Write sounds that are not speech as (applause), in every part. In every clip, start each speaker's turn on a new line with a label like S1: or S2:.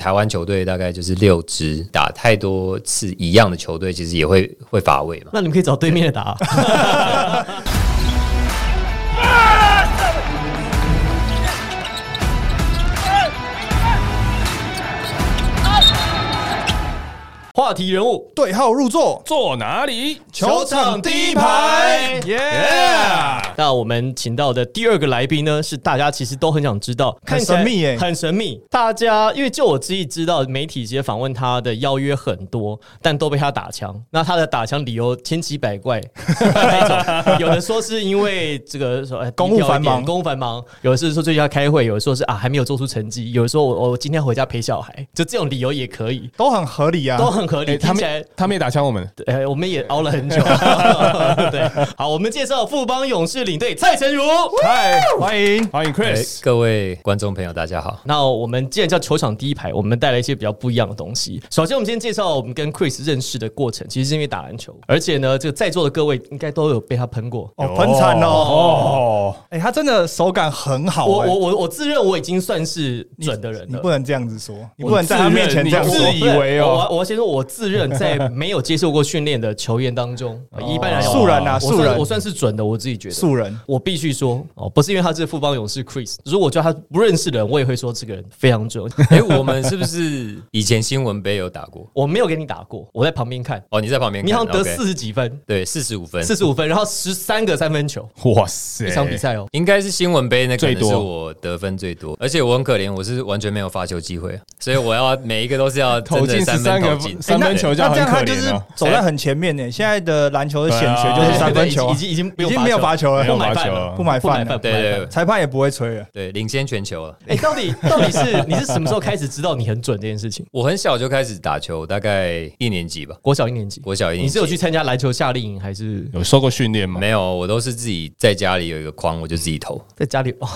S1: 台湾球队大概就是六支，打太多次一样的球队，其实也会会乏味嘛。
S2: 那你们可以找对面的打、啊。话题人物
S3: 对号入座，
S4: 坐哪里？
S3: 球场第一排。
S4: 耶、
S2: (laughs) 那我们请到的第二个来宾呢，是大家其实都很想知道，看起来
S3: 神秘耶
S2: 很神秘。大家因为就我自己知道，媒体直接访问他的邀约很多，但都被他打枪。那他的打枪理由千奇百
S3: (laughs)
S2: 怪，那一种有的说是因为这个说、哎
S3: 公务
S2: 低
S3: 繁忙
S2: 调一点公务繁忙；有的是说最近要开会；有的说是啊还没有做出成绩；有的说我我今天回家陪小孩，就这种理由也可以，
S3: 都很合理啊，
S2: 都很合理。
S4: 哎他
S2: 听起来
S4: 们他们也打枪我们，
S2: 呃，我们也熬了很
S3: (laughs)
S2: 久。对，好，我们介绍富邦勇士领队蔡成儒。
S3: 嗨，欢迎。
S4: 欢迎
S1: 哎
S4: Chris。
S1: 各位观众朋友，大家
S2: (laughs)
S1: 好。
S2: 那我们既然叫球场第一排，我们带来一些比较不一样的东西。首先，我们先介绍我们跟 Chris 认识的过程，其实是因为打篮球，而且呢，这个在座的各位应该都有被他喷过。
S3: 哦，喷惨了哦！
S4: 哦，
S3: 哎、他真的手感很好、
S2: 我
S3: 哎
S2: 我我我自认我已经算是准的人
S3: 你
S2: 了
S3: 不。能这样子说，你不
S2: 我
S3: 能在他面前这样
S4: 自
S3: 说。
S4: 认你自以为哦
S2: 我我先说，我自认在没有接受过训练的球员当
S3: (laughs)
S2: 中，一般来讲
S3: 素人啊
S2: 我算
S3: 素人
S2: 我算是准的，我自己觉得
S3: 素人
S2: 我必须说哦，不是因为他是富邦勇士 Chris，如果叫他不认识的人，我也会说这个人非常准。
S1: 哎、我们是不是以前新闻杯有打过？
S2: 我没有给你打过，我在旁边
S3: (laughs)
S2: 看，
S1: 哦，你在旁边看，
S2: 你好像得
S1: OK
S2: 四十几分，
S1: 对，四十五分，
S2: 四十五分，然后十三个三分球，
S4: 哇塞！
S2: 一场比赛哦。
S1: 应该是新闻杯那可
S4: 最
S1: 能
S4: 多
S1: 是我得分最多，而且我很可怜，我是完全没有发球机会，啊所以我要每一个都是要
S4: 投进
S1: 真的
S4: 十
S1: 三
S4: 三
S1: 分投
S4: 个
S1: 进。哎
S4: 三分球，
S3: 那
S4: 这样
S3: 这
S4: 很
S3: 样
S4: 可
S3: 他就
S4: 怜
S3: 是
S4: 哦。
S3: 走在很前面呢、现在的篮球的显学就是
S4: 对啊
S3: 三分球啊、
S2: 已经已经
S3: 已经没有罚球
S4: 没有
S2: 不
S3: 了，
S4: 罚
S2: 买饭
S4: 球
S2: 了
S3: 不买
S2: 不买
S3: 饭
S2: 饭，
S3: 了，
S1: 对对对
S3: 裁判也不会吹了。
S1: 对，领先全球了。啊
S2: 哎，到底 (laughs) 到底是你是什么时候开始知道你很准这件事情？
S1: 我很小就开始打球，大概一年级吧，
S2: 国小一年级，
S1: 国小一年级。
S2: 你是有去参加篮球夏令营，还是
S4: 有受过训练吗？
S1: 没有，我都是自己在家里有一个框，我就自己投。
S2: 在家里？哦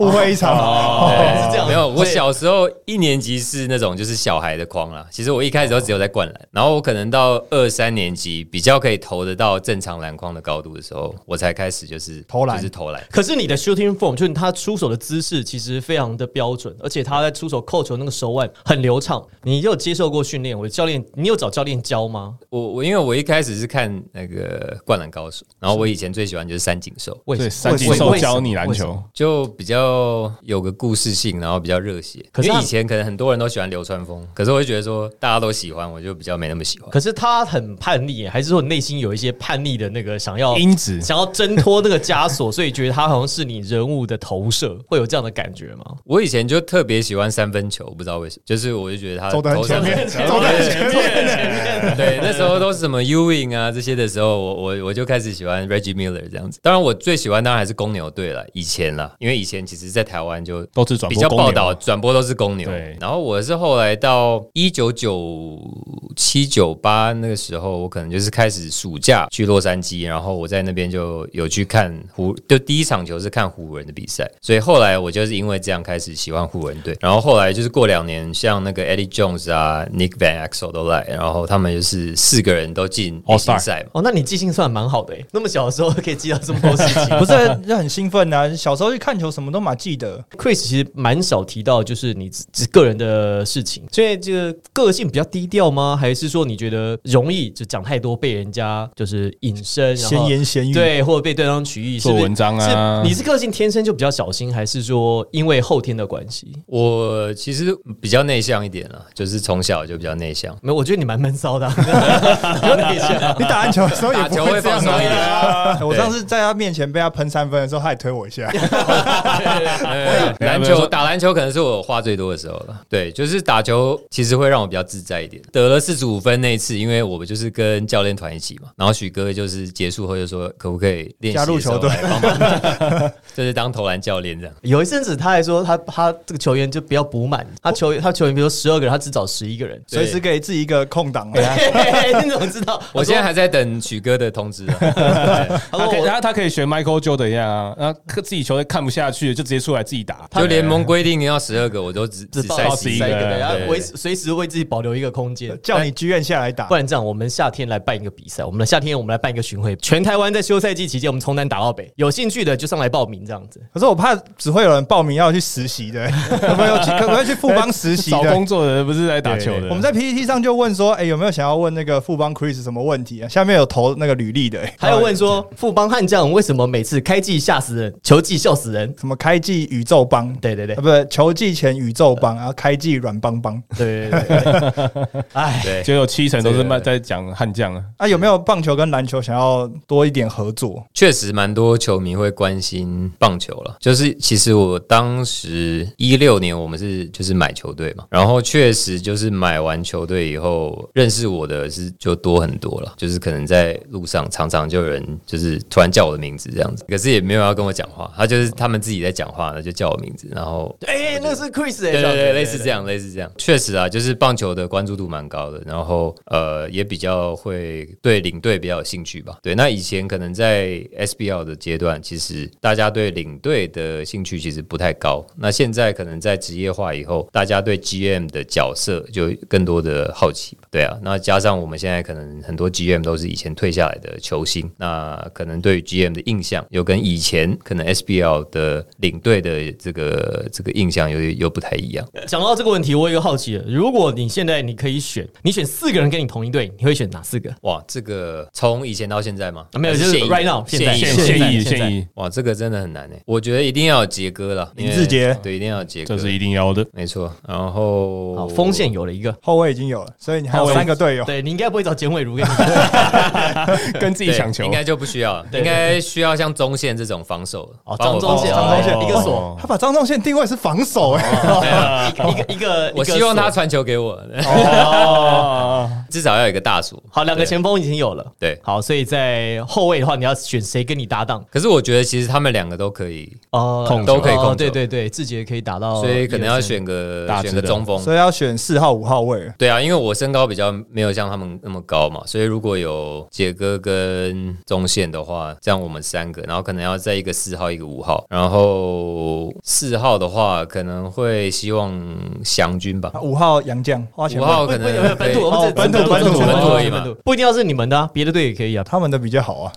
S3: 误会一场啊，
S2: 哦对是这样
S1: 没有，我
S2: 所以
S1: 小时候一年级是那种就是小孩的框啦。其实我一开始都只有在灌篮，然后我可能到二三年级比较可以投得到正常篮筐的高度的时候，我才开始就是
S3: 投篮
S1: 就是投篮。
S2: 可是你的 shooting form 就是他出手的姿势其实非常的标准，而且他在出手扣球那个手腕很流畅。你有接受过训练？我的教练，你有找教练教吗？
S1: 我我因为我一开始是看那个《灌篮高手》，然后我以前最喜欢就是三井寿，
S2: 为什
S4: 对，
S2: 么？
S4: 三井
S3: 为什
S4: 寿
S3: 么
S4: 教你篮
S2: 为什
S4: 球
S2: 么，
S1: 就比较有个故事性，然后比较热血。
S2: 可是
S1: 因
S2: 他
S1: 为以前可能很多人都喜欢流川枫，可是我会觉得说大家都喜欢，我就比较没那么喜欢。
S2: 可是他很叛逆耶，还是说你内心有一些叛逆的那个想要
S4: 因子
S2: 想要挣脱那个枷锁，所以觉得他好像是你人物的投射，会有这样的感觉吗？
S1: 我以前就特别喜欢三分球，不知道为什么，就是我就觉得他
S3: 走得很前面，
S1: 投上
S3: 走得很前面呢。
S1: 对，那时候都是什么 Ewing 啊这些的时候，我我我就开始喜欢 Reggie Miller 这样子。当然，我最喜欢当然还是公牛队了，以前啦，因为以前其实在台湾就
S4: 都是转
S1: 比
S4: 播
S1: 较
S4: 公牛啊
S1: 报道转播都是公牛
S4: 对。
S1: 然后我是后来到一九九七九八那个时候，我可能就是开始暑假去洛杉矶，然后我在那边就有去看湖，就第一场球是看湖人的比赛，所以后来我就是因为这样开始喜欢湖人队。然后后来就是过两年，像那个 Eddie Jones 啊、Nick Van Axel 都来，然后他们就是四个人都进
S4: All
S1: 明
S4: Star
S1: 星赛嘛。
S2: 哦，那你记性算蛮好的耶，欸那么小的时候可以记到这么多事情。 (laughs)
S3: 不是就很兴奋啊！小时候去看球，什么都嘛记得。
S2: Chris 其实蛮少提到，就是你自自个人的事情，所以这个个性比较低调吗？还是说你觉得容易就讲太多，被人家就是引申，然后
S3: 闲言闲语
S2: 对，或者被对方取义，是
S4: 做
S2: 不是
S4: 文章啊
S2: 是你是个性天生就比较小心，还是说因为后天的关系？
S1: 我其实比较内向一点啦，就是从小就比较内向。
S2: 没有，我觉得你蛮闷骚的、啊， (laughs) 不要内向啊
S3: (laughs) 你打篮球的时候也
S1: 打
S3: 不
S1: 球
S3: 会
S1: 会
S3: 这
S1: 放
S3: 样
S1: 松一点。
S3: 啊。我上次在他面前被他喷三分的时候，他也推我一下。
S1: (laughs)
S4: 对
S1: 篮
S4: 没有
S1: 球打篮球可能是我话最多的时候了。对，就是打球其实会让我比较自在一点。得了四十五分那一次，因为我们就是跟教练团一起嘛，然后许哥就是结束后就说可不可以练习
S3: 加入
S1: 的时候
S3: 球队。
S1: 来帮忙 (laughs) 就是当投篮教练这样。
S2: 有一阵子他还说他他这个球员就不要补满，他球员他球员比如说十二个人，他只找十一个人 (laughs)
S3: 随时给自己一个空档。啊
S2: 嘿嘿你怎么知道？
S1: (laughs) 我现在
S2: 还。
S1: 还在等许哥的通知啊。对
S2: 他
S4: 他
S2: 说
S4: 可以
S2: 我
S4: 他他可以学 Michael Jordan 一样啊，然后自己球队看不下去，就直接出来自己打。
S1: 就联盟规定要十二个，我都只
S2: 只
S1: 只塞
S4: 报
S1: 十
S4: 十
S1: 一
S4: 一
S1: 个
S4: 个。
S2: 塞一个，
S4: 对
S2: 然后
S1: 对
S2: 维
S1: 对
S2: 随时为自己保留一个空间。
S3: 叫你居院下来打
S2: 不，然这样，我们夏天来办一个比赛，我们的夏天我们来办一个巡回，全台湾在休赛季期间，我们从南打到北，有兴趣的就上来报名，这样子。
S3: 可是我怕只会有人报名要去实习 (laughs) 的，有没有去？可不可以去富邦实习 (laughs)
S4: 找
S3: 的？
S4: 工作的人不是在打球的。
S3: 我们在 PPT 上就问说，哎、有没有想要问那个富邦 Chris 什么问题啊？下面有投那个履历的、哎
S2: 还有问说，富邦悍将为什么每次开季吓死人，球季笑死人？
S3: 什么开季宇宙帮？
S2: 对对对
S3: 啊，不是球季前宇宙帮，然后开季软邦邦。
S2: 对对对对，哎，
S1: 对，
S4: (laughs) 就有七成都是卖在讲悍将啊，
S3: 啊，有没有棒球跟篮球想要多一点合作？
S1: 确实蛮多球迷会关心棒球了。就是其实我当时一六年我们是就是买球队嘛，然后确实就是买完球队以后，认识我的是就多很多了。就是可能在路上常常就有人就是突然叫我的名字这样子，可是也没有要跟我讲话，他就是他们自己在讲话，那就叫我名字，然后 (laughs)
S2: 哎，那是 Chris，哎
S1: 对
S2: 这
S1: 对
S2: 样子
S1: 对，类似这样，类似这样，确实啊，就是棒球的关注度蛮高的，然后呃也比较会对领队比较有兴趣吧。对，那以前可能在 SBL 的阶段，其实大家对领队的兴趣其实不太高。那现在可能在职业化以后，大家对 GM 的角色就更多的好奇吧。对啊，那加上我们现在可能很多 GM 都是以前退下来的球星，那可能对于 GM 的印象又跟以前可能 SBL 的领队的这个这个印象又又不太一样。
S2: 讲到这个问题，我有一个好奇的，如果你现在你可以选，你选四个人跟你同一队，你会选哪四个？
S1: 哇，这个从以前到现在吗？
S2: 啊没有，
S1: 还
S2: 就是是
S1: 现役
S2: right now，现在
S1: 役
S2: 现
S4: 现
S2: 在
S4: 役
S2: 现在
S4: 现役，
S1: 哇，这个真的很难诶。我觉得一定要有杰哥了，
S3: 林志杰
S1: 因为对，一定要有杰哥，
S4: 这是一定要的。
S1: 没错。然后
S2: 好，锋线有了一个，
S3: 后卫已经有了，所以你还有
S4: 后卫
S3: 三个队友。
S2: 对你应该不会找简伟如跟你
S4: 跟自己
S1: 对
S4: 抢球
S1: 应，该就不需要了，
S2: 对
S1: 应该需要像中线这种防守
S2: 哦，
S1: 帮
S2: 张
S1: 我
S2: 忠宪，
S1: 防守
S2: 张忠
S3: 哦 (laughs)
S2: 宪
S4: 哦
S2: 一个锁，
S3: 他把张仲宪定位是防守、哎、
S2: (laughs) 一个一个，
S1: 我
S2: 一个
S1: 希望他
S2: 锁
S1: 传球给我，
S4: 哦，
S1: (laughs) 至少要有一个大锁。
S2: 好，两个
S1: 对
S2: 前锋已经有了，
S1: 对。
S2: 好，所以在后卫的话，你要选谁跟你搭档？
S1: 可是我觉得其实他们两个都可以，
S2: 哦，
S4: 控球
S1: 都可以控球
S2: 哦对对对，志杰可以打到，
S1: 所以可能要。选
S2: 哦
S1: 个
S4: 大
S1: 选
S4: 只
S1: 个
S4: 的
S1: 中锋。
S3: 所以要选四号、五号位。
S1: 对啊，因为我身高比较没有像他们那么高嘛，所以如果有杰哥跟中线的话，这样我们三个，然后可能要在一个四号，一个五号，然后四号的话可能会希望祥军吧
S3: 啊，五号杨绛花钱
S1: 五号
S2: 不
S1: 可
S2: 不有没
S1: 能
S2: 有本土，我
S1: 对
S2: 们只
S3: 哦本土
S2: 本
S3: 本土
S1: 本土而已嘛
S2: 本土，不一定要是你们的啊，别的队也可以啊。
S3: 他们的比较好啊。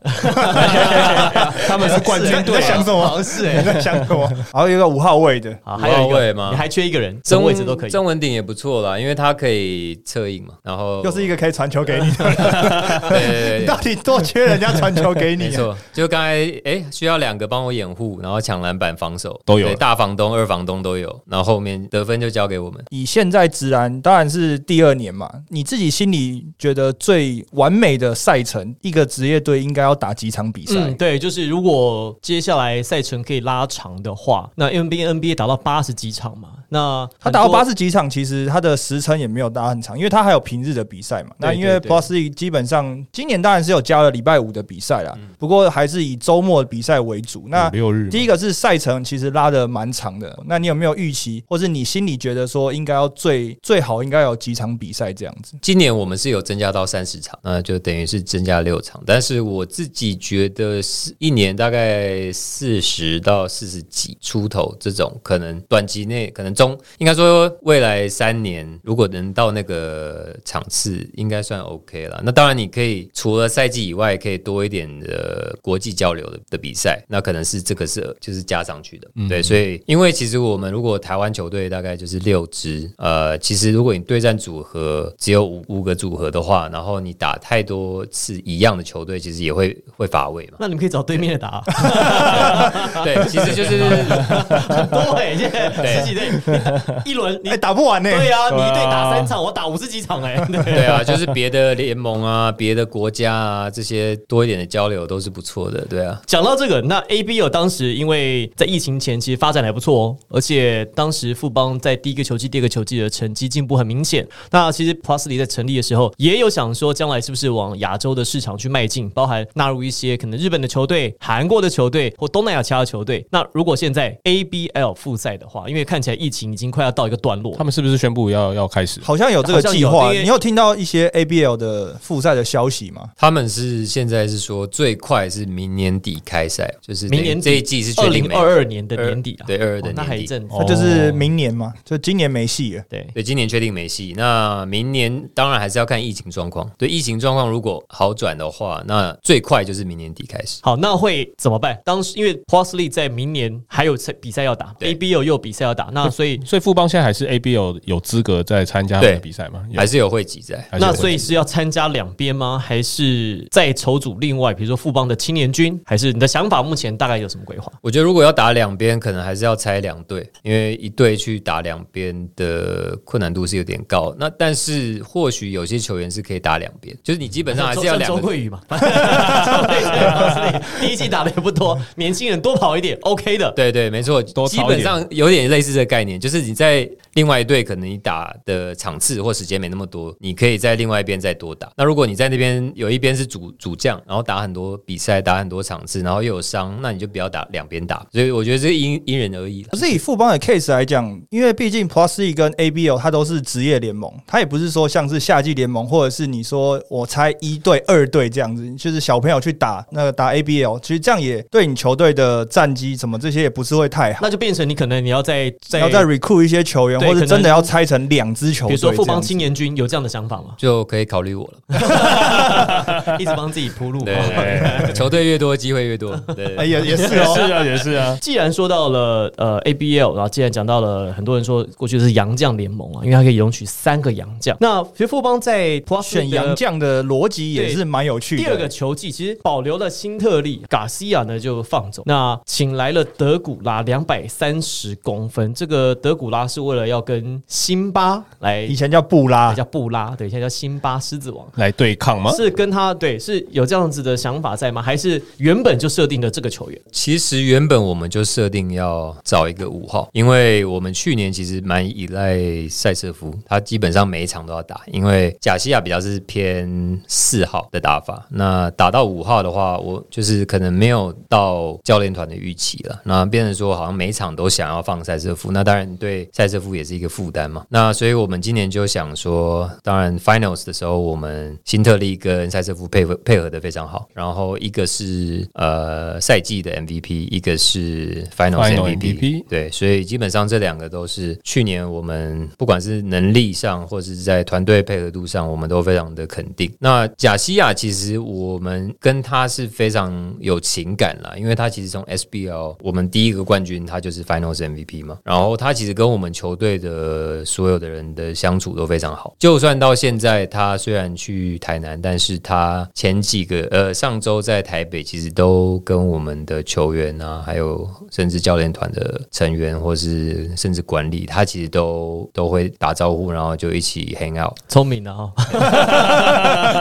S4: 他们是冠军
S2: 是
S3: 你在
S4: 队啊，
S3: 想什么？
S2: 好像是哎
S3: 你在想什么？然后有一个五号位的，
S2: 好，还有一
S1: 五号位
S2: 个
S1: 吗
S2: 你还缺一个人，什
S1: 曾
S2: 么位置都可以。
S1: 曾文鼎也不错啦，因为他可以策应嘛，然后
S3: 又是一个可以传球给你的。
S1: 对对
S2: (laughs)
S1: 对对
S2: 啊
S3: 你 (laughs) 到底多缺人家传球给你
S1: 没
S3: 啊？
S1: 错，就刚才哎、需要两个帮我掩护，然后抢篮板、防守
S4: 都有
S1: 对大房东、二房东都有，然后后面得分就交给我们。
S3: 以现在直男当然是第二年嘛，你自己心里觉得最完美的赛程，一个职业队应该要打几场比赛？
S2: 嗯，对，就是如果接下来赛程可以拉长的话，那 NBA NBA 打到八十几场嘛，那
S3: 他打到八
S2: 十，
S3: 十几场，其实他的时程也没有打很长，因为他还有平日的比赛嘛。那
S2: 对
S3: 因
S2: 对
S3: 为
S2: 对
S3: Plus League 基本上今年当然是有加了礼拜五的比赛
S2: 嗯。
S3: 啦，不过还是以周末比赛为主。那
S4: (laughs) 六日
S3: 第一个是赛程，其实拉的蛮长的。那你有没有预期，或是你心里觉得说应该要最最好应该有几场比赛这样子？
S1: 今年我们是有增加到三十场，那就等于是增加六场。但是我自己觉得是一年大概四十到四十几出头，这种可能短期内可能中，应该说未来三年如果能到那个场次，应该算 OK 了。那当然你可以除了赛季以外，可以多一点的国际交流的的比赛，那可能是这个是呃就是加上去的，对，所以因为其实我们如果台湾球队大概就是六支，呃，其实如果你对战组合只有五五个组合的话，然后你打太多次一样的球队，其实也会会乏味嘛
S2: 那你们可以找对面的打
S3: (laughs)
S2: 啊，
S1: 对，其实就是
S2: 很多
S3: (laughs)
S2: 哎，现在
S1: 对
S2: 十几队，你打一轮你
S3: 啊哎、打不完呢、
S2: 对呀，你
S4: 对啊
S2: 一队打三场，我打五十几场哎，对
S1: 对啊，就是别的联盟啊、别的国家啊这些多一点的交流都是不错的，对啊。
S2: 讲到这个，那 A B 有当时因为在疫情前其实发展还不错哦，而且当时富邦在第一个球季、第二个球季的成绩进步很明显。那其实 Plus 里在成立的时候，也有想说将来是不是往亚洲的市场去迈进，包含纳入一些可能日本的球队、韩国的球队或东南亚其他的球队。那如果现在 A B L 复赛的话，因为看起来疫情已经快要到一个段落
S4: 他。们是不是宣布要要开始？
S3: 好像有这个
S2: 好像有
S3: 计划，
S2: 因为
S3: 你有听到一些 ABL 的复赛的消息吗？
S1: 他们是现在是说最快是明年底开赛，就是
S2: 明年底
S1: 这一季是
S2: 二
S1: 确定
S2: 零
S1: 没
S2: 二二年的年底啊，
S1: 对二二
S2: 哦
S1: 的
S2: 那还
S1: 年
S2: 一
S1: 底。
S2: 阵子
S4: 哦
S3: 那就是明年嘛，就今年没戏了。
S2: 对。
S1: 对，今年确定没戏。那明年当然还是要看疫情状况。对，疫情状况如果好转的话，那最快就是明年底开始。
S2: 好，那会怎么办？当时因为 p o s l e y 在明年还有赛比赛要打
S1: 对
S2: ，ABO 又有比赛要打，那所以
S4: 所以富邦现在还是 ABL 有资格在参加他们的
S1: 对
S4: 比赛吗？有
S1: 还是有会集在。
S4: 还是有
S2: 那所以是要参加两边吗？还是再筹组另外，比如说富邦的青年军？还是你的想法目前大概有什么规划？
S1: 我觉得如果要打两边，可能还是要拆两队，因为一队去打两边的困难度是有点高。那但是或许有些球员是可以打两边，就是你基本上还是要
S2: 像
S1: 两
S2: 周
S1: 个。
S2: 慧宇嘛，周慧宇在 Bosley 第一季打的也不多，年轻人多跑一点，OK 的。
S1: 对对，没错，
S4: 多
S1: 基
S4: 操一
S1: 本
S4: 点
S1: 上有点类似这个概念，就是你在另外一队，可能你打的场次或时间没那么多，你可以在另外一边再多打。那如果你在那边有一边是主主将，然后打很多比赛，打很多场次，然后又有伤，那你就不要打两边打。所以我觉得这因因人而异啦？
S3: 可是以富邦的 case 来讲，因为毕竟 Plus E 跟 ABL 它都是职业联盟，它也不是说像是夏季联盟，或者是你说我猜一队、二队这样子，就是小朋友去打那个打 ABL，其实这样也对你球队的战绩什么这些也不是会太好。
S2: 那就变成你可能你要在在
S3: 你要再 recruit 一些球员，
S2: 对
S3: 或者
S2: 可能
S3: 真的要拆成两支球
S2: 比
S3: 队
S2: 如
S3: 这
S2: 说
S3: 样子，
S2: 富邦青年军有这样的想法吗
S1: 就可以考虑我了。
S2: 一直帮自己铺路。
S1: 对对，对球队越多，机会越多。对对
S3: 哎，
S1: 对，
S3: 也也是
S4: 也
S3: 哦。
S4: (laughs) 是啊，也是啊。
S2: 既然说到了呃 ABL，然后既然讲到了很多人说过去是洋将联盟啊，因为它可以容许三个洋将。那其实富邦在 Plus
S3: 选
S2: 的
S3: 洋将的逻辑也是蛮有趣的。
S2: 第二个球季其实保留了新特利，嘎西亚呢就放走，那请来了德古拉两百三十公分，这个德古拉是为了要跟辛巴来
S3: 以前叫布拉，
S2: 叫布拉，对，现在叫辛巴狮子王。
S4: 来对抗吗？
S2: 是跟他对是有这样子的想法在吗？还是原本就设定的这个球员？
S1: 其实原本我们就设定要找一个五号，因为我们去年其实蛮依赖塞瑟夫，他基本上每一场都要打，因为贾西亚比较是偏四号的打法，那打到五号的话，我就是可能没有到教练团的预期了，那变成说好像每一场都想要放塞瑟夫，那当然对塞瑟夫也是一个负担嘛，那所以我们今年就想说，当然 finals 的时候，我们新特利跟塞瑟夫配合配合的非常好，然后一个是呃赛季的 MVP，一个是 finals
S4: Final
S1: MVP，,
S4: MVP
S1: 对，所以基本上这两个都是去年我们不管是能力上，或者是在团队配合度上，我们都非常的肯定。那贾西亚其实我们跟他是非常有情感啦，因为他其实从 SBL 我们第一个冠军，他就是 Finals MVP 嘛，然后他其实跟我们球队的呃所有的人的相处都非常好。就算到现在，他虽然去台南，但是他前几个呃上周在台北，其实都跟我们的球员啊，还有甚至教练团的成员，或是甚至管理，他其实都都会打招呼，然后就一起 hang out。
S2: 聪明的哈、哦，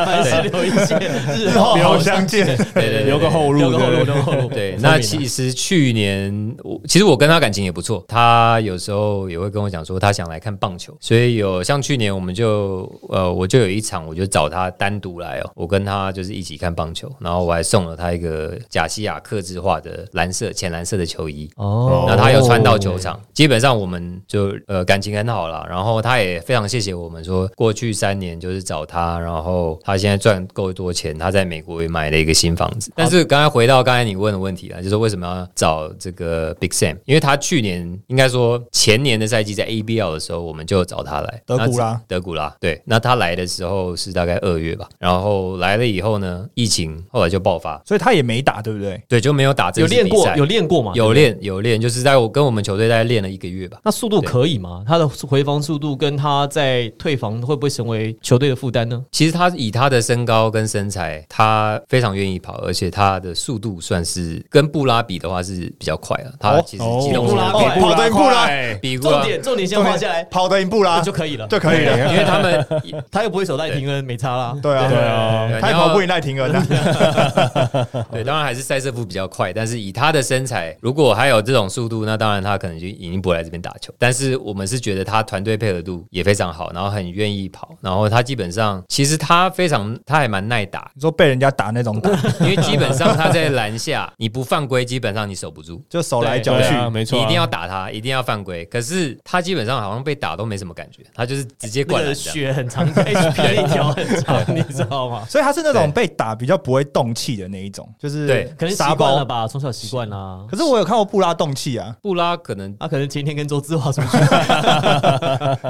S2: 还是留一些日后
S4: 留
S2: 相见，
S1: 对对对
S4: 留个后路，
S2: 留个后路，
S4: 对
S2: 留个后路。
S1: 对，
S2: 聪明啊
S1: 那其实去年我其实我跟他感情也不错，他有时候也会跟我讲说他想来看棒球，所以有像去年我们就呃我就有一场我就找他单独来哦，我跟他就是一起看棒球，然后我还送了他一个贾西亚克制化的蓝色浅蓝色的球衣。
S2: 哦
S1: 然后他又穿到球场，基本上我们就呃感情很好啦，然后他也非常谢谢我们说，过去三年就是找他，然后他现在赚够多钱，他在美国也买了一个新房子。但是刚才回到刚才你问的问题啊，就是为什么要找这个 Big Sam？因为他去年应该说前年的赛季在 ABL 的时候，我们就找他来
S3: 德古拉
S1: 那德古拉对。那他来的时候是大概二月吧，然后来了以后呢，疫情后来就爆发，
S3: 所以他也没打，对不对？
S1: 对，就没有打这
S2: 有练过，有练过嘛？
S1: 有练有练，就是在我跟我们球队大概练了一个月吧。
S2: 那速度可以吗？他的回防速度跟他在退防会不会成为球队的负担呢？
S1: 其实他以他的身高跟身材，他非常愿意跑，而且他的速度算是跟布拉比的话是比较快了。他其实机动性
S2: 哦布拉
S1: 比布
S2: 快
S3: 跑得
S4: 快
S3: 布拉
S1: 比啊布
S2: 重
S1: 拉，
S2: 点重点先画下来
S3: 跑得赢布
S4: 啊
S3: 拉
S2: 就可以了，
S3: 就可以了。
S1: 因为他们
S2: 他又不会守赖廷恩，没差啦。
S3: 对啊，
S4: 对啊，
S1: 对
S3: 他也
S1: 你要
S3: 跑不赢赖廷恩啊。
S1: 对，当然还是塞瑟夫比较快，但是以他的身材，如果还有这种速度，那当然他可能就已经不会来这边打球。但是我们是觉得他团队配合度也非常好，然后很愿意跑，然后他基本上其实他非常他还蛮耐打，
S3: (laughs) 你说被人家打那种打，
S1: 因为基本上他在篮下你不犯规，基本上你守不住。
S3: 就手来脚
S4: 对
S3: 去，
S4: 啊，没错
S1: 你
S4: 啊，
S1: 一定要打他，一定要犯规，可是他基本上好像被打都没什么感觉，他就是直接
S2: 那
S1: 灌
S2: 个
S1: 篮这样。
S2: 血很长，HP 一条很长，你知道吗？
S3: 所以他是那种
S1: 对
S3: 被打比较不会动气的那一种，就是
S1: 对
S2: 可能习
S3: 沙
S2: 惯了
S3: 包。
S2: 吧，从小习惯啦。
S3: 可是我有看过布拉动气啊，
S1: 布拉可能，
S2: 他可能天天跟周志华出去，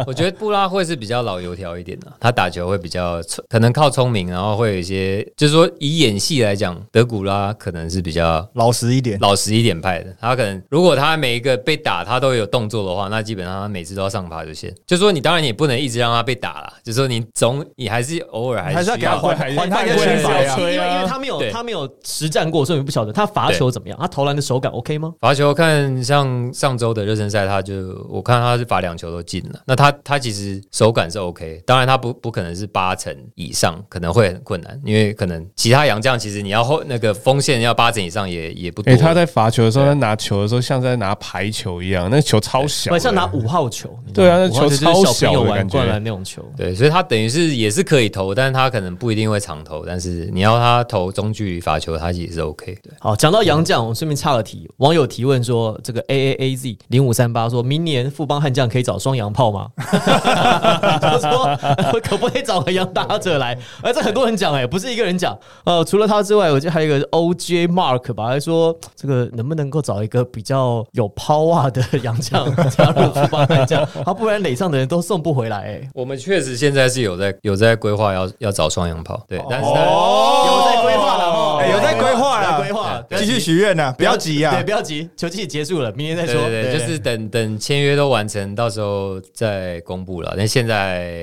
S1: 我觉得布拉会是比较老油条一点的、他打球会比较聪可能靠聪明，然后会有一些，就是说以演戏来讲，德古拉可能是比较
S3: 老实一点。
S1: 老实一点派的，他可能如果他每一个被打他都有动作的话，那基本上他每次都要上罚球线。就说你当然也不能一直让他被打啦，就说你总你还是偶尔还是
S3: 还是要
S1: 需
S3: 给他换
S4: 还哎是
S3: 换他一个
S4: 犯规
S3: 圈
S4: 对
S3: 法
S4: 还
S3: 呀
S4: 是要。
S2: 因为
S4: 吹啊
S2: 因为他没有
S1: 对
S2: 他没有实战过，所以我们不晓得他罚球怎么样，他投篮的手感 OK 吗？
S1: 罚球看像上周的热身赛，他就我看他是罚两球都进了，那他他其实手感是 OK，当然他不不可能是八成以上，可能会很困难，因为可能其他洋将其实你要后那个锋线要八成以上也也不多。
S4: 哎，他在罚球的时候，他拿球的时候像在拿排球一样，那球超小
S2: 不
S4: 的，
S2: 然像拿五号球，你知道
S4: 对啊
S2: 吗
S4: 那
S2: 五号
S4: 球
S2: 就是
S4: 超
S2: 小
S4: 小
S2: 朋
S4: 的
S2: 友玩
S4: 感觉
S2: 灌篮那种球，
S1: 对，所以他等于是也是可以投，但是他可能不一定会长投，但是你要他投中距离罚球，他也是 OK 的。
S2: 好，讲到杨将，我顺便插个题，网友提问说，这个 A A A Z 零五三八说明年富邦悍将可以找双洋炮吗？ (laughs) 他说可不可以找个洋打者来？而这很多人讲哎、不是一个人讲。呃，除了他之外，我记得还有一个 O J Mark 吧，还说这个能不能够找一个比较有抛袜的洋将加入富邦悍将，他不然垒上的人都送不回来哎、
S1: 我们确实现在是有在有在规划要要找双洋炮，对，但是他、
S2: 哎有在规划了哦
S3: 哎有在规划
S2: 有
S3: 啦
S2: 在规划了。
S3: 继续许愿啊呐，不要急呀
S2: 对，。不要急，球季结束了，明天再
S1: 对
S2: 说。
S1: 对对，就是等等签约都完成，到时候再公布了。但现在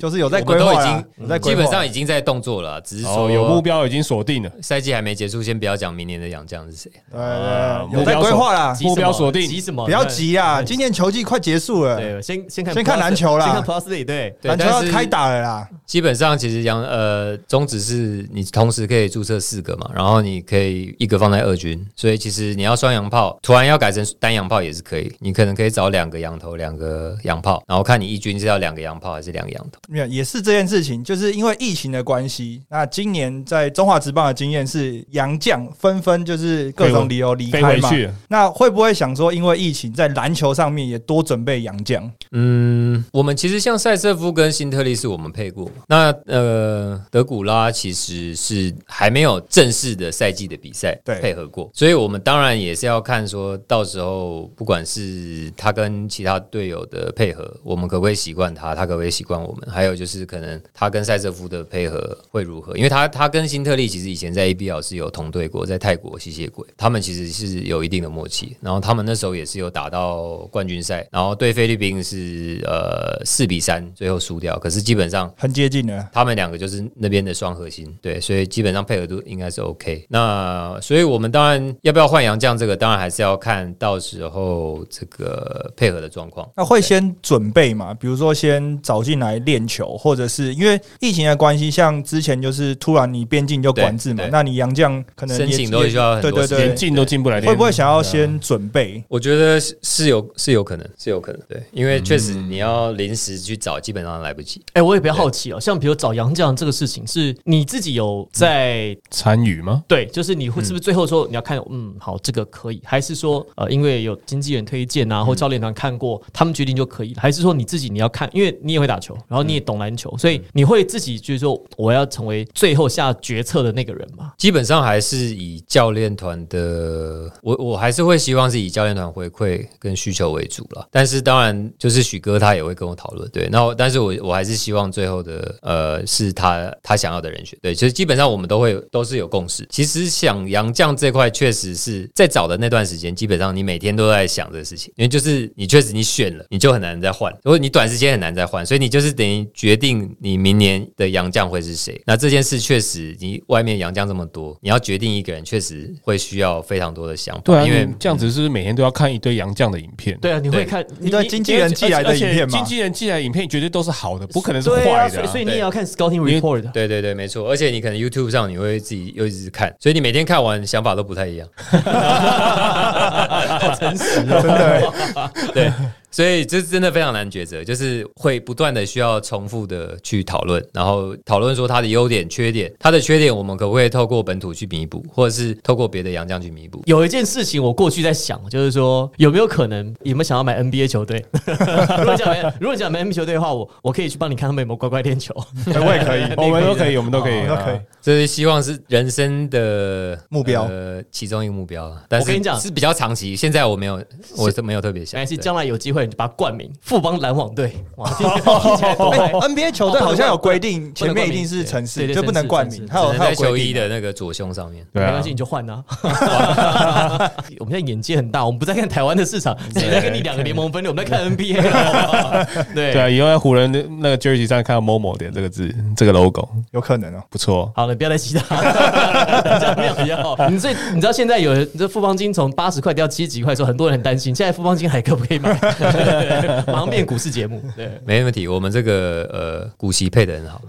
S3: 就是有在
S1: 我们都
S3: 规划
S1: 已
S3: 啦有在
S1: 经
S3: 规
S1: 基
S3: 划
S1: 本上已经在动作了，只是说
S4: 哦，有目。标已经锁定了，
S1: 赛季还没结束，先不要讲明年的洋将是谁。
S3: 对
S4: 啊
S3: 对，对有
S4: 目
S3: 在
S4: 标
S3: 规
S4: 锁
S3: 划啦，
S2: 急什么
S4: 目标锁定
S2: 急什么？
S3: 不要急啊，今年球季快结束了
S2: 那。，对，先先看
S3: 先看
S2: Plus-
S3: 篮球啦
S2: 先看 Plus League，对，
S1: 对
S3: 篮球要
S1: 但是
S3: 开打了啦，
S1: 基本上其实洋呃宗旨是你同时可以注册四个嘛，然后你可以一个放在二军，所以其实你要双洋炮，突然要改成单洋炮也是可以。你可能可以找两个洋头，两个洋炮，然后看你一军是要两个洋炮还是两个洋头。
S3: 没有也是这件事情，就是因为疫情的关系，那今年在中华职棒的经验是洋将纷纷就是各种理由离
S4: 飞
S3: 开
S4: 回
S3: 嘛。
S4: 去。
S3: 那会不会想说，因为疫情在篮球上面也多准备洋将？
S1: 嗯，我们其实像塞瑟夫跟辛特利是我们配过嘛，那呃德古拉其实是还没有正式的赛季的比赛
S3: 对
S1: 配合过，所以我们当然也是要看说到时候不管是他跟其他队友的配合，我们可不可以习惯他，他可不可以习惯我们，还有就是可能他跟塞瑟夫的配合会如何，因为他他跟辛特利其实以前在 ABL 是有同队过，在泰国吸血鬼，他们其实是有一定的默契，然后他们那时候也是有打到冠军赛，然后对菲律宾是呃四比三最后输掉，可是基本上
S3: 很接近了。
S1: 他们两个就是那边的双核心，对，所以基本上配合度应该是 OK。那所以我们当然要不要换洋将，这个当然还是要看到时候这个配合的状况。
S3: 那会先准备嘛？比如说先找进来练球，或者是因为疫情的关系，像之前就是突然你边境就管制嘛
S1: 对，对
S3: 那你洋将可能也
S1: 申请都
S3: 也
S1: 需要很
S3: 对
S1: 多
S3: 对
S1: 时间
S4: 连
S3: 对，
S4: 进都进不来，连
S3: 会不会想要先准备？
S1: 我觉得是是有是有可能是有可能，对，因为确实你要临时去找，基本上来不及。
S2: 哎，我也比较好奇哦，像比如找洋将这个事情，是你自己有在
S4: 参与吗？
S2: 对，就是你会是不是最后说你要看，嗯，好，这个可以，还是说呃，因为有经纪人推荐啊，或教练团看过，他们决定就可以了，还是说你自己你要看，因为你也会打球，然后你也懂篮球，所以你会自己就是说我要成为最后下决策的那个人嘛？
S1: 基本上还是以教练团的，我我还是会希望是以教练团回馈跟需求为主了。但是当然，就是许哥他也会跟我讨论，对。那我但是我我还是希望最后的呃是他他想要的人选，对。其实基本上我们都会有都是有共识。其实想杨将这块确实是在找的那段时间，基本上你每天都在想这个事情，因为就是你确实你选了，你就很难再换，如果你短时间很难再换，所以你就是等于决定你明年的杨将会是谁。那这件事确实，你外面杨将这么多，你要决定一个人，确实会需要非常多的想法，
S4: 对啊，
S1: 因
S4: 因
S1: 为
S4: 为这样子是不是每天都要看一堆洋将的影片？
S2: 对啊，你
S1: 对
S2: 会看
S3: 一堆经纪人寄来的
S4: 而且
S3: 影片嘛
S4: 经纪人寄来的影片绝对都是好的，不可能是
S2: 对啊，
S4: 坏
S2: 所
S4: 的
S2: 以
S4: 啊
S2: 所。以你也
S1: 对
S2: 要看 scouting
S4: 为
S2: report 的。
S1: 对对对，没错。而且你可能 YouTube 上你会自己又一直看，所以你每天看完想法都不太一样。
S2: 啊好诚实哦，真
S1: (laughs)
S2: 的。
S1: 对，所以这真的非常难抉择，就是会不断的需要重复的去讨论，然后讨论说它的优点、缺点，它的缺点我们可不可以透过本土去弥补，或者是透过别的洋将去弥补？
S2: 有一件事情，我过去在想，就是说有没有可能，有没有想要买 NBA 球队？ (laughs) 如果讲如果讲买 NBA 球队的话，我我可以去帮你看他们有没有乖乖练球。
S4: 对我也可以， (laughs) 我们都可以，我们都可以，
S3: 都可以。
S1: 这是希望是人生的
S3: 目标
S1: 呃，其中一个目标了。但是
S2: 我跟你讲
S1: 是比较长期，现在我没有，我是没有特别想。
S2: 但是
S1: 对
S2: 将来有机会，你就把它冠名富邦篮网队。哇，听起来多
S3: 哎
S2: 嗨
S3: NBA 球队好像有规定，
S2: 不能冠
S3: 前面一定是城
S2: 对
S3: 市，
S2: 对
S3: 就不能冠
S2: 城
S3: 名，
S2: 市
S3: 还有
S1: 只能
S3: 还
S1: 在
S3: 有
S1: 球
S3: 规
S1: 衣
S3: 定。
S1: 的那个左胸上面。
S4: (laughs) 对
S2: 没
S4: 啊
S2: 关系，，你就换啊！ (laughs) 我们现在眼界很大，我们不在看台湾的市场，谁在跟你两个联盟分裂？我们在看
S4: (laughs)
S2: NBA 啊。
S4: 对啊，
S2: 对，
S4: 以后在湖人的那个 jersey 上看到 “momo” 的这个字，这个 logo
S3: 有可能哦。
S4: 不错。
S2: 好了，不要再吸他， (laughs) 这样没有要。你最你知道现在有人这富邦金从八十块掉七十几块的时候，很多人很担心，现在富邦金还可不可以买？ (laughs) 马上变股市节目。对，
S1: 没问题，我们这个呃股息配的很好，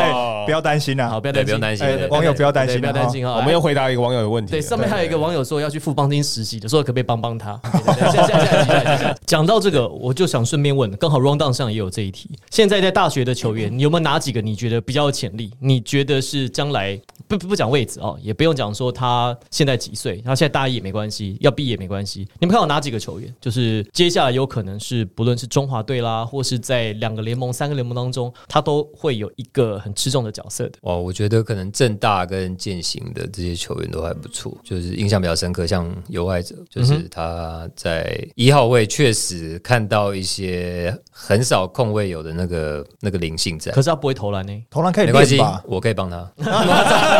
S3: 哎，不要担心
S2: 哦好，
S3: 啊，
S2: 不要
S1: 对，
S2: 担
S1: 不
S2: 心
S1: 用，担心。
S3: 哎
S1: 对
S3: 网友不要担
S2: 对
S3: 心
S2: 不要
S3: 啊，
S2: 担心哈。
S4: 我们又回答一个网友的问题
S2: 对，
S4: 了，
S2: 上面还有一个网友说要去富邦金实习的，说可不可以帮帮 (laughs) 他？对对对下下下下下下讲到这个，我就想顺便问，刚好 round down 上也有这一题。现在在大学的球员，你有没有哪几个你觉得比较有潜力？你觉得是将来不不不讲位置哦，也不用讲说他现在几岁，他现在大一也没关系，要毕业也没关系。你们看有哪几个球员，就是接下来有可能是不论是中华队啦，或是在两个联盟、三个联盟当中，他都会有一个很吃重的角色的。
S1: 哇，我觉得可能正大跟践行的这些球员都还不错，就是印象比较深刻。像尤爱者，
S3: 嗯
S1: 就是他在一号位确实看到一些很少控位有的那个那个灵性在
S2: 可。是他不会投篮 (laughs) 呢、
S3: 投篮可以
S1: 没关
S3: 练
S1: 系
S3: 吧，？
S1: 我可以帮他。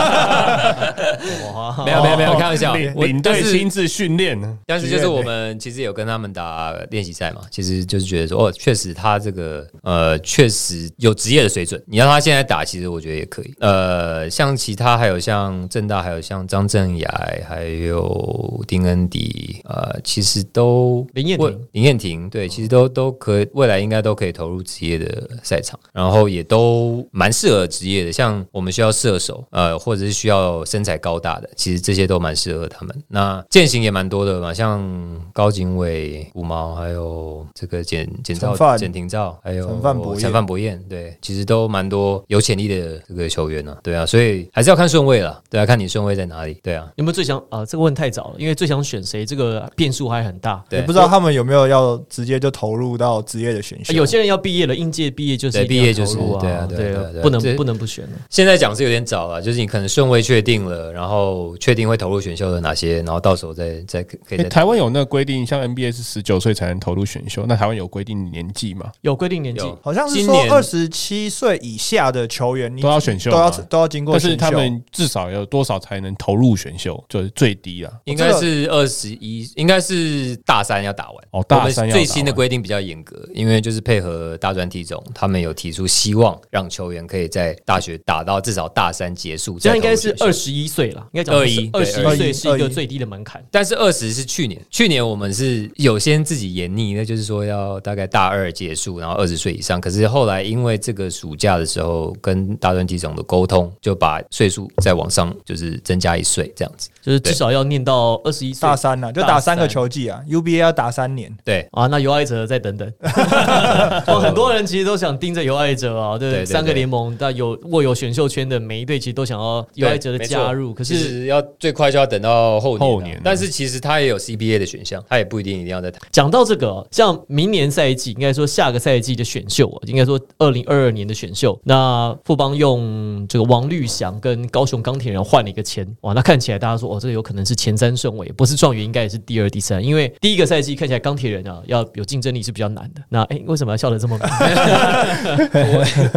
S2: 哇，
S1: 没有没有
S3: 哦
S1: 没有，开玩笑。
S4: 哦领
S1: 我
S4: 领
S1: 但
S4: 队
S1: 是
S4: 亲自训练，
S1: 但是就是我们其实有跟他们打练习赛嘛，其实就是觉得说，哦，确实他这个呃，确实有职业的水准。你让他现在打，其实我觉得也可以。呃，像其他还有像正大，还有像张镇雅，还有丁恩迪，呃，其实都
S2: 林彦廷。
S1: 林彦廷对，其实都都可以未来应该都可以投入职业的赛场，然后也都蛮适合职业的。像我们需要射手，呃，或者是需要身材高大的，其实这些都蛮适合他们。那践行也蛮多的嘛，像高景伟、古毛，还有这个简简
S3: 陈
S1: 兆、
S3: 范
S1: 简廷照，还有
S3: 陈范博彦
S1: 陈范博彦，对，其实都蛮多有潜力的这个球员呢、啊。对啊，所以还是要看顺位了，对啊，看你顺位在哪里，对啊。
S2: 有没有最想啊、这个问太早了，因为最想选谁，这个变数还很大。
S1: 对
S3: 也不知道他们有没有要直接就投入到职业的选秀。
S2: 哎有些人要毕业了，应届毕业就是
S1: 对
S2: 一定要
S1: 毕业就是
S2: 投入啊，
S1: 对啊对啊对啊对啊
S2: 不能
S1: 这
S2: 不能不选了。
S1: 现在讲是有点早了，就是你可能顺位确定了，然后确定会投入选秀的哪些，然后到时候再再可以
S4: 诶
S1: 再、
S4: 哎台湾有那个规定，像 NBA 是十九岁才能投入选秀，那台湾有规定年纪嘛？
S2: 有规定年纪
S1: 有
S3: 好像是
S1: 今
S3: 说
S1: 年
S3: 二十七岁以下的球员，你
S4: 都要选秀
S3: 都要
S4: 吗
S3: 都要经过
S4: 但
S3: 选
S4: 是
S3: 秀。
S4: 他们至少有多少才能投入选秀，就是最低啊。
S1: 应该是二十一，应该是大三要打完。
S4: 哦大三要打
S1: 我
S4: 完
S1: 们最新的规定比较严格，因为就是配合大专体总，他们有提出希望让球员可以在大学打到至少大三结束。
S2: 这样
S1: 再
S2: 应
S1: 投
S2: 该
S1: 入
S2: 是
S1: 选秀
S2: 二十一岁了，应该讲
S1: 21
S2: 二
S1: 对
S2: 十
S3: 21
S2: 岁是一个
S3: 21
S2: 最低的门槛。
S1: 但是二十是去年，去年我们是有先自己研拟，那就是说要大概大二结束，然后二十岁以上。可是后来因为这个暑假的时候跟大专体总的沟通，就把岁数再往上就是增加一岁这样子。
S2: 就是至少要念到二十一岁
S3: 大三啊呢、就
S2: 大
S3: 打三个
S2: 三
S3: 球季啊，UBA 要打三年。
S1: 对，
S2: 啊，那尤爱哲再等
S1: (laughs)
S2: 等。哦，很多人其实都想盯着尤爱哲啊，对，
S1: 对对
S2: 三个
S1: 对
S2: 联盟，但有握有选秀圈的每一队其实都想要尤爱哲的
S1: 对
S2: 加入，
S1: 没错
S2: 可
S1: 其
S2: 是
S1: 实要最快就要等到后年啊、
S4: 后年啊
S1: 但是其实他也有 CBA 的选项，他也不一定一定要在台。
S2: 讲到这个，像明年赛季，应该说下个赛季的选秀，应该说二零二二年的选秀，那富邦用这个王绿翔跟高雄钢铁人换了一个签，哇，那看起来大家说，哦，这个有可能是前三顺位，不是状元，应该也是第二、第三，因为第一个赛季看起来钢铁人啊要有竞争力是比较难的。那哎、诶为什么要笑得这么明？
S4: (laughs)
S2: 我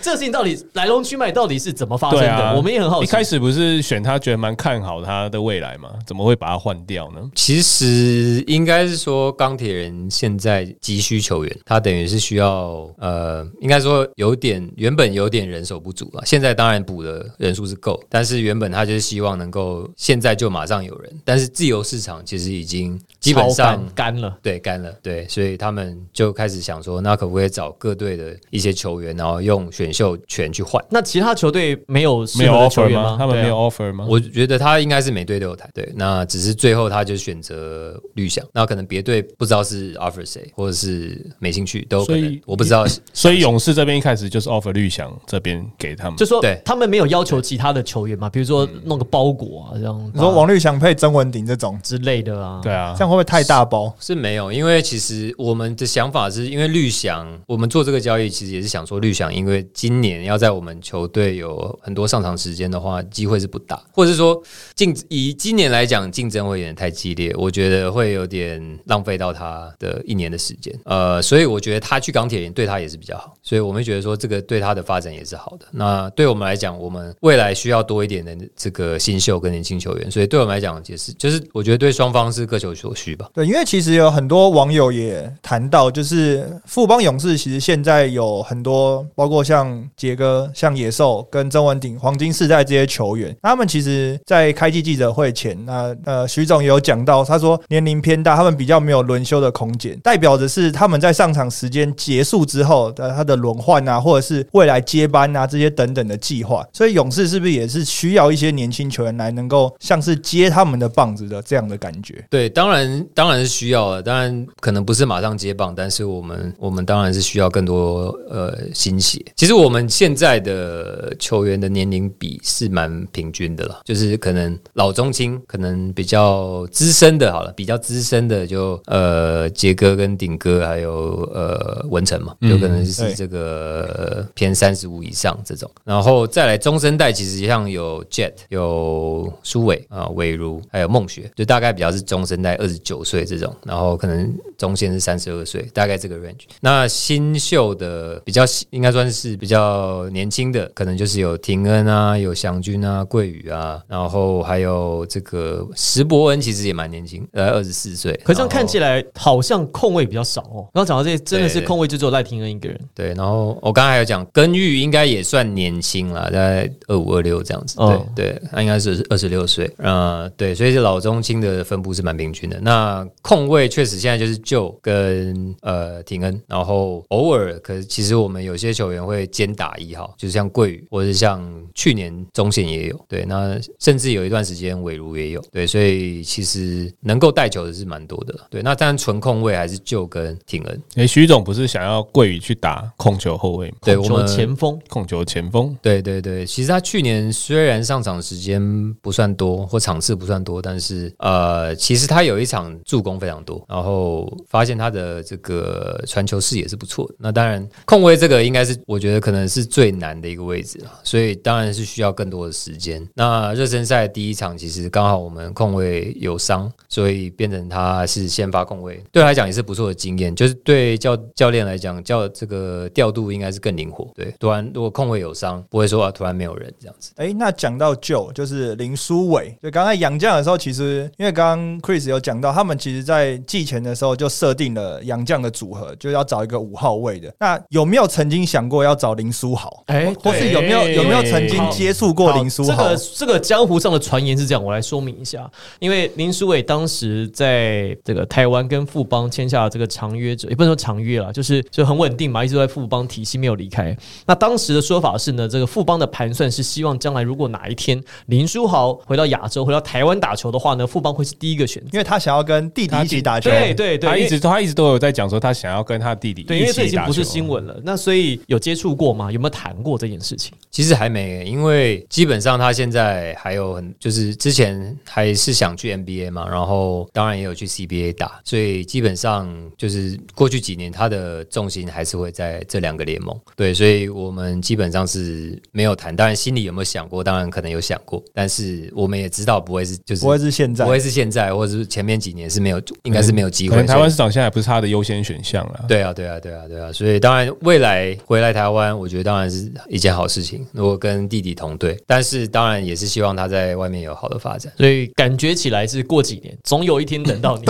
S2: 这个事情到底来龙去脉到底是怎么发生
S4: 对
S2: 的？
S4: 啊，
S2: 我们也很好
S4: 一
S2: 奇。
S4: 开始不是选他，觉得蛮看好他的未来嘛？怎么会把他换掉呢？
S1: 其实应该是说，钢铁人现在急需球员，他等于是需要呃，应该说有点原本有点人手不足啊。现在当然补的人数是够，但是原本他就是希望能够现在就马上有人，但是自由市场其实已经基本
S2: 超
S1: 上
S2: 干干了。
S1: 对，干了，对，所以他们就开始想说，那可不可以找各队的一些球员，然后用选秀权去换？
S2: 那其他球队没有
S4: 没
S2: 适
S4: 有
S2: 合的球
S4: offer
S2: 员
S4: 吗？他们
S2: 对啊
S4: 没有 offer 吗？
S1: 我觉得他应该是每队都有谈，对，那只是最后他就选择绿想，那可能别队不知道是 offer 谁，或者是没兴趣，都有可
S4: 所
S1: 能
S4: 以，
S1: 我不知道。
S4: 所以勇士这边一开始就是 offer 绿翔这边给他们，
S2: 就说
S1: 对嗯
S2: 他们没有要求其他的球员嘛，比如说弄个包裹啊这样，
S3: 你说王绿祥配曾文鼎这种，
S2: 之类的啊，
S4: 对啊
S3: 这，样会不会太大包？
S1: 是没有，因为其实我们的想法是因为绿翔，我们做这个交易其实也是想说绿翔，因为今年要在我们球队有很多上场时间的话，机会是不大，或者是说竞以今年来讲，竞争会有点太激烈，我觉得会有点浪费到他的一年的时间。呃，所以我觉得他去钢铁人对他也是比较好，所以我们觉得说这个对他的发展也是好的。那对我们来讲，我们未来需要多一点的这个新秀跟年轻球员，所以对我们来讲也是，就是我觉得对双方是各求所需吧。
S3: 对，因为其实有很多网友也谈到，就是富邦勇士其实现在有很多，包括像杰哥、像野兽跟曾文鼎、黄金世代这些球员，他们其实在开季记者会前，那呃徐总也有讲到，他说年龄偏大，他们比较没有轮休的空间，代表着是他们在上场时间结束之后的他的轮换啊，或者是未来接班啊这些等等的计划。所以勇士是不是也是需要一些年轻球员来能够像是接他们的棒子的这样的感觉？
S1: 对，当然当然是需要了，当然可能不是马上接棒，但是我们我们当然是需要更多呃新血。其实我们现在的球员的年龄比是蛮平均的了，就是可能老中青，可能比较资深的，好了，比较资深的就呃杰哥跟顶哥，还有呃文成嘛，有可能
S3: 对
S1: 是这个呃偏三十五以上这种，然后再来中生代，其实像有 Jet、有苏伟啊、伟如，还有孟学，就大概比较是中生代二十九岁这种，然后可能中线是三十二岁，大概这个 range。那新秀的比较应该算是比较年轻的，可能就是有廷恩啊、有祥军啊、桂宇啊，然后还有这个石伯恩，其实也蛮年轻，呃，二十四岁。
S2: 可是这样看
S1: 然后
S2: 起来好像空位比较少哦。然后讲到这些，真的是
S1: 对对
S2: 空位就只有赖廷恩一个人。
S1: 对，然后我刚才还有讲，根玉应该也算年轻了，大概二五二六这样子。对、
S2: 哦
S1: 对，他应该是二十六岁。呃，对，所以这老中青的分布是蛮平均的。那控卫确实现在就是就跟呃廷恩，然后偶尔，可是其实我们有些球员会兼打一号，就是像桂宇，或者是像去年中线也有。对，那甚至有一段时间韦如也有。对，所以其实能够带球的是蛮多的。对，那当然纯控卫还是就跟廷恩。
S4: 诶，徐总不是想要桂宇去打控球后卫吗？
S1: 对
S2: 控
S1: 我
S2: 球
S1: 们
S2: 前锋
S4: 控球前锋，
S1: 对对对，其实他去年虽然上场时间不算多，或场次不算多，但是呃，其实他有一场助攻非常多，然后发现他的这个传球视野是不错的。那当然，控卫这个应该是我觉得可能是最难的一个位置啊，所以当然是需要更多的时间。那热身赛第一场其实刚好我们控卫有伤，所以变成他是先发控卫，对他来讲也是不错的经验，就是对教教练来讲，教这个调度应该是更灵活。对，突然如果控卫有伤，不会说啊突然没有人这样子。
S3: 哎、那讲到旧，就是林书伟，就刚才杨将的时候，其实因为刚刚 Chris 有讲到，他们其实在季前的时候就设定了杨将的组合，就要找一个五号位的。那有没有曾经想过要找林书豪，
S2: 哎
S3: 或是有没有有没有曾经接触过林书
S2: 好
S3: 豪
S2: 这个？这个江湖上的传言是这样，我来说明一下。因为林书伟当时在这个台湾跟富邦签下这个长约者，也不能说长约啦，就是就很稳定嘛，一直都在富邦体系没有离开。那当时的说法是呢，这个富邦的盘算是希望将来如果哪一天林书豪回到亚洲，回到台湾打球的话呢，富邦会是第一个选择。
S3: 因为他想要跟弟弟一起打球，
S2: 对对对，
S4: 啊他
S2: 因为
S4: 一直他一直都有在讲说他想要跟他弟弟
S2: 对，因为
S4: 一起
S2: 这已经
S4: 打
S2: 不是
S4: 球
S2: 新闻了。那所以有接触过吗？有没有谈过这件事情？
S1: 其实还没，因为基本上他现在还有很，就是之前还是想去 NBA 嘛，然后当然也有去 CBA 打，所以基本上就是过去几年他的重心还是会在这两个联盟。对，所以我们基本上是没有谈，当然心里有没有想过，当然可能有想过，但是我们也知道不会是就是
S3: 不会是现在
S1: 不。会是现在，或者是前面几年是没有，应该是没有机
S4: 可
S1: 会。
S4: 能台湾
S1: 所以
S4: 市场现在不是他的优先选项了。
S1: 对啊，对啊，对啊，对啊，所以当然未来回来台湾，我觉得当然是一件好事情。如果跟弟弟同队，但是当然也是希望他在外面有好的发展。
S2: 所以感觉起来是过几年，总有一天等到 (laughs) 你，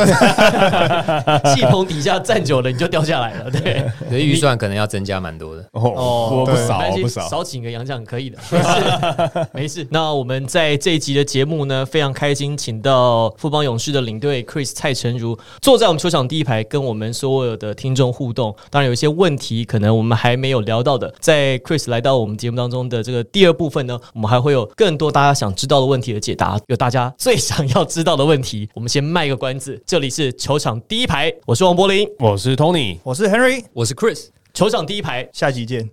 S2: 气棚底下站久了你就掉下来了。对，
S1: 所以预算可能要增加蛮多的。
S4: 哦，
S3: 哦
S4: 我不
S3: 对
S4: 少少
S2: 没
S4: 哦
S2: 关系
S4: 不少。
S2: 少请个杨将可
S3: (laughs)
S2: 以的，没事没事。那我们在这一集的节目呢，非常开心，请到富邦勇士的领队 Chris 蔡成儒坐在我们球场第一排，跟我们所有的听众互动。当然，有一些问题可能我们还没有聊到的，在 Chris 来到我们节目当中的这个第二部分呢，我们还会有更多大家想知道的问题的解答，有大家最想要知道的问题，我们先卖个关子。这里是球场第一排，我是王柏林，
S4: 我是 Tony，
S3: 我是 Henry，
S1: 我是 Chris，
S2: 球场第一排。
S3: 下集见。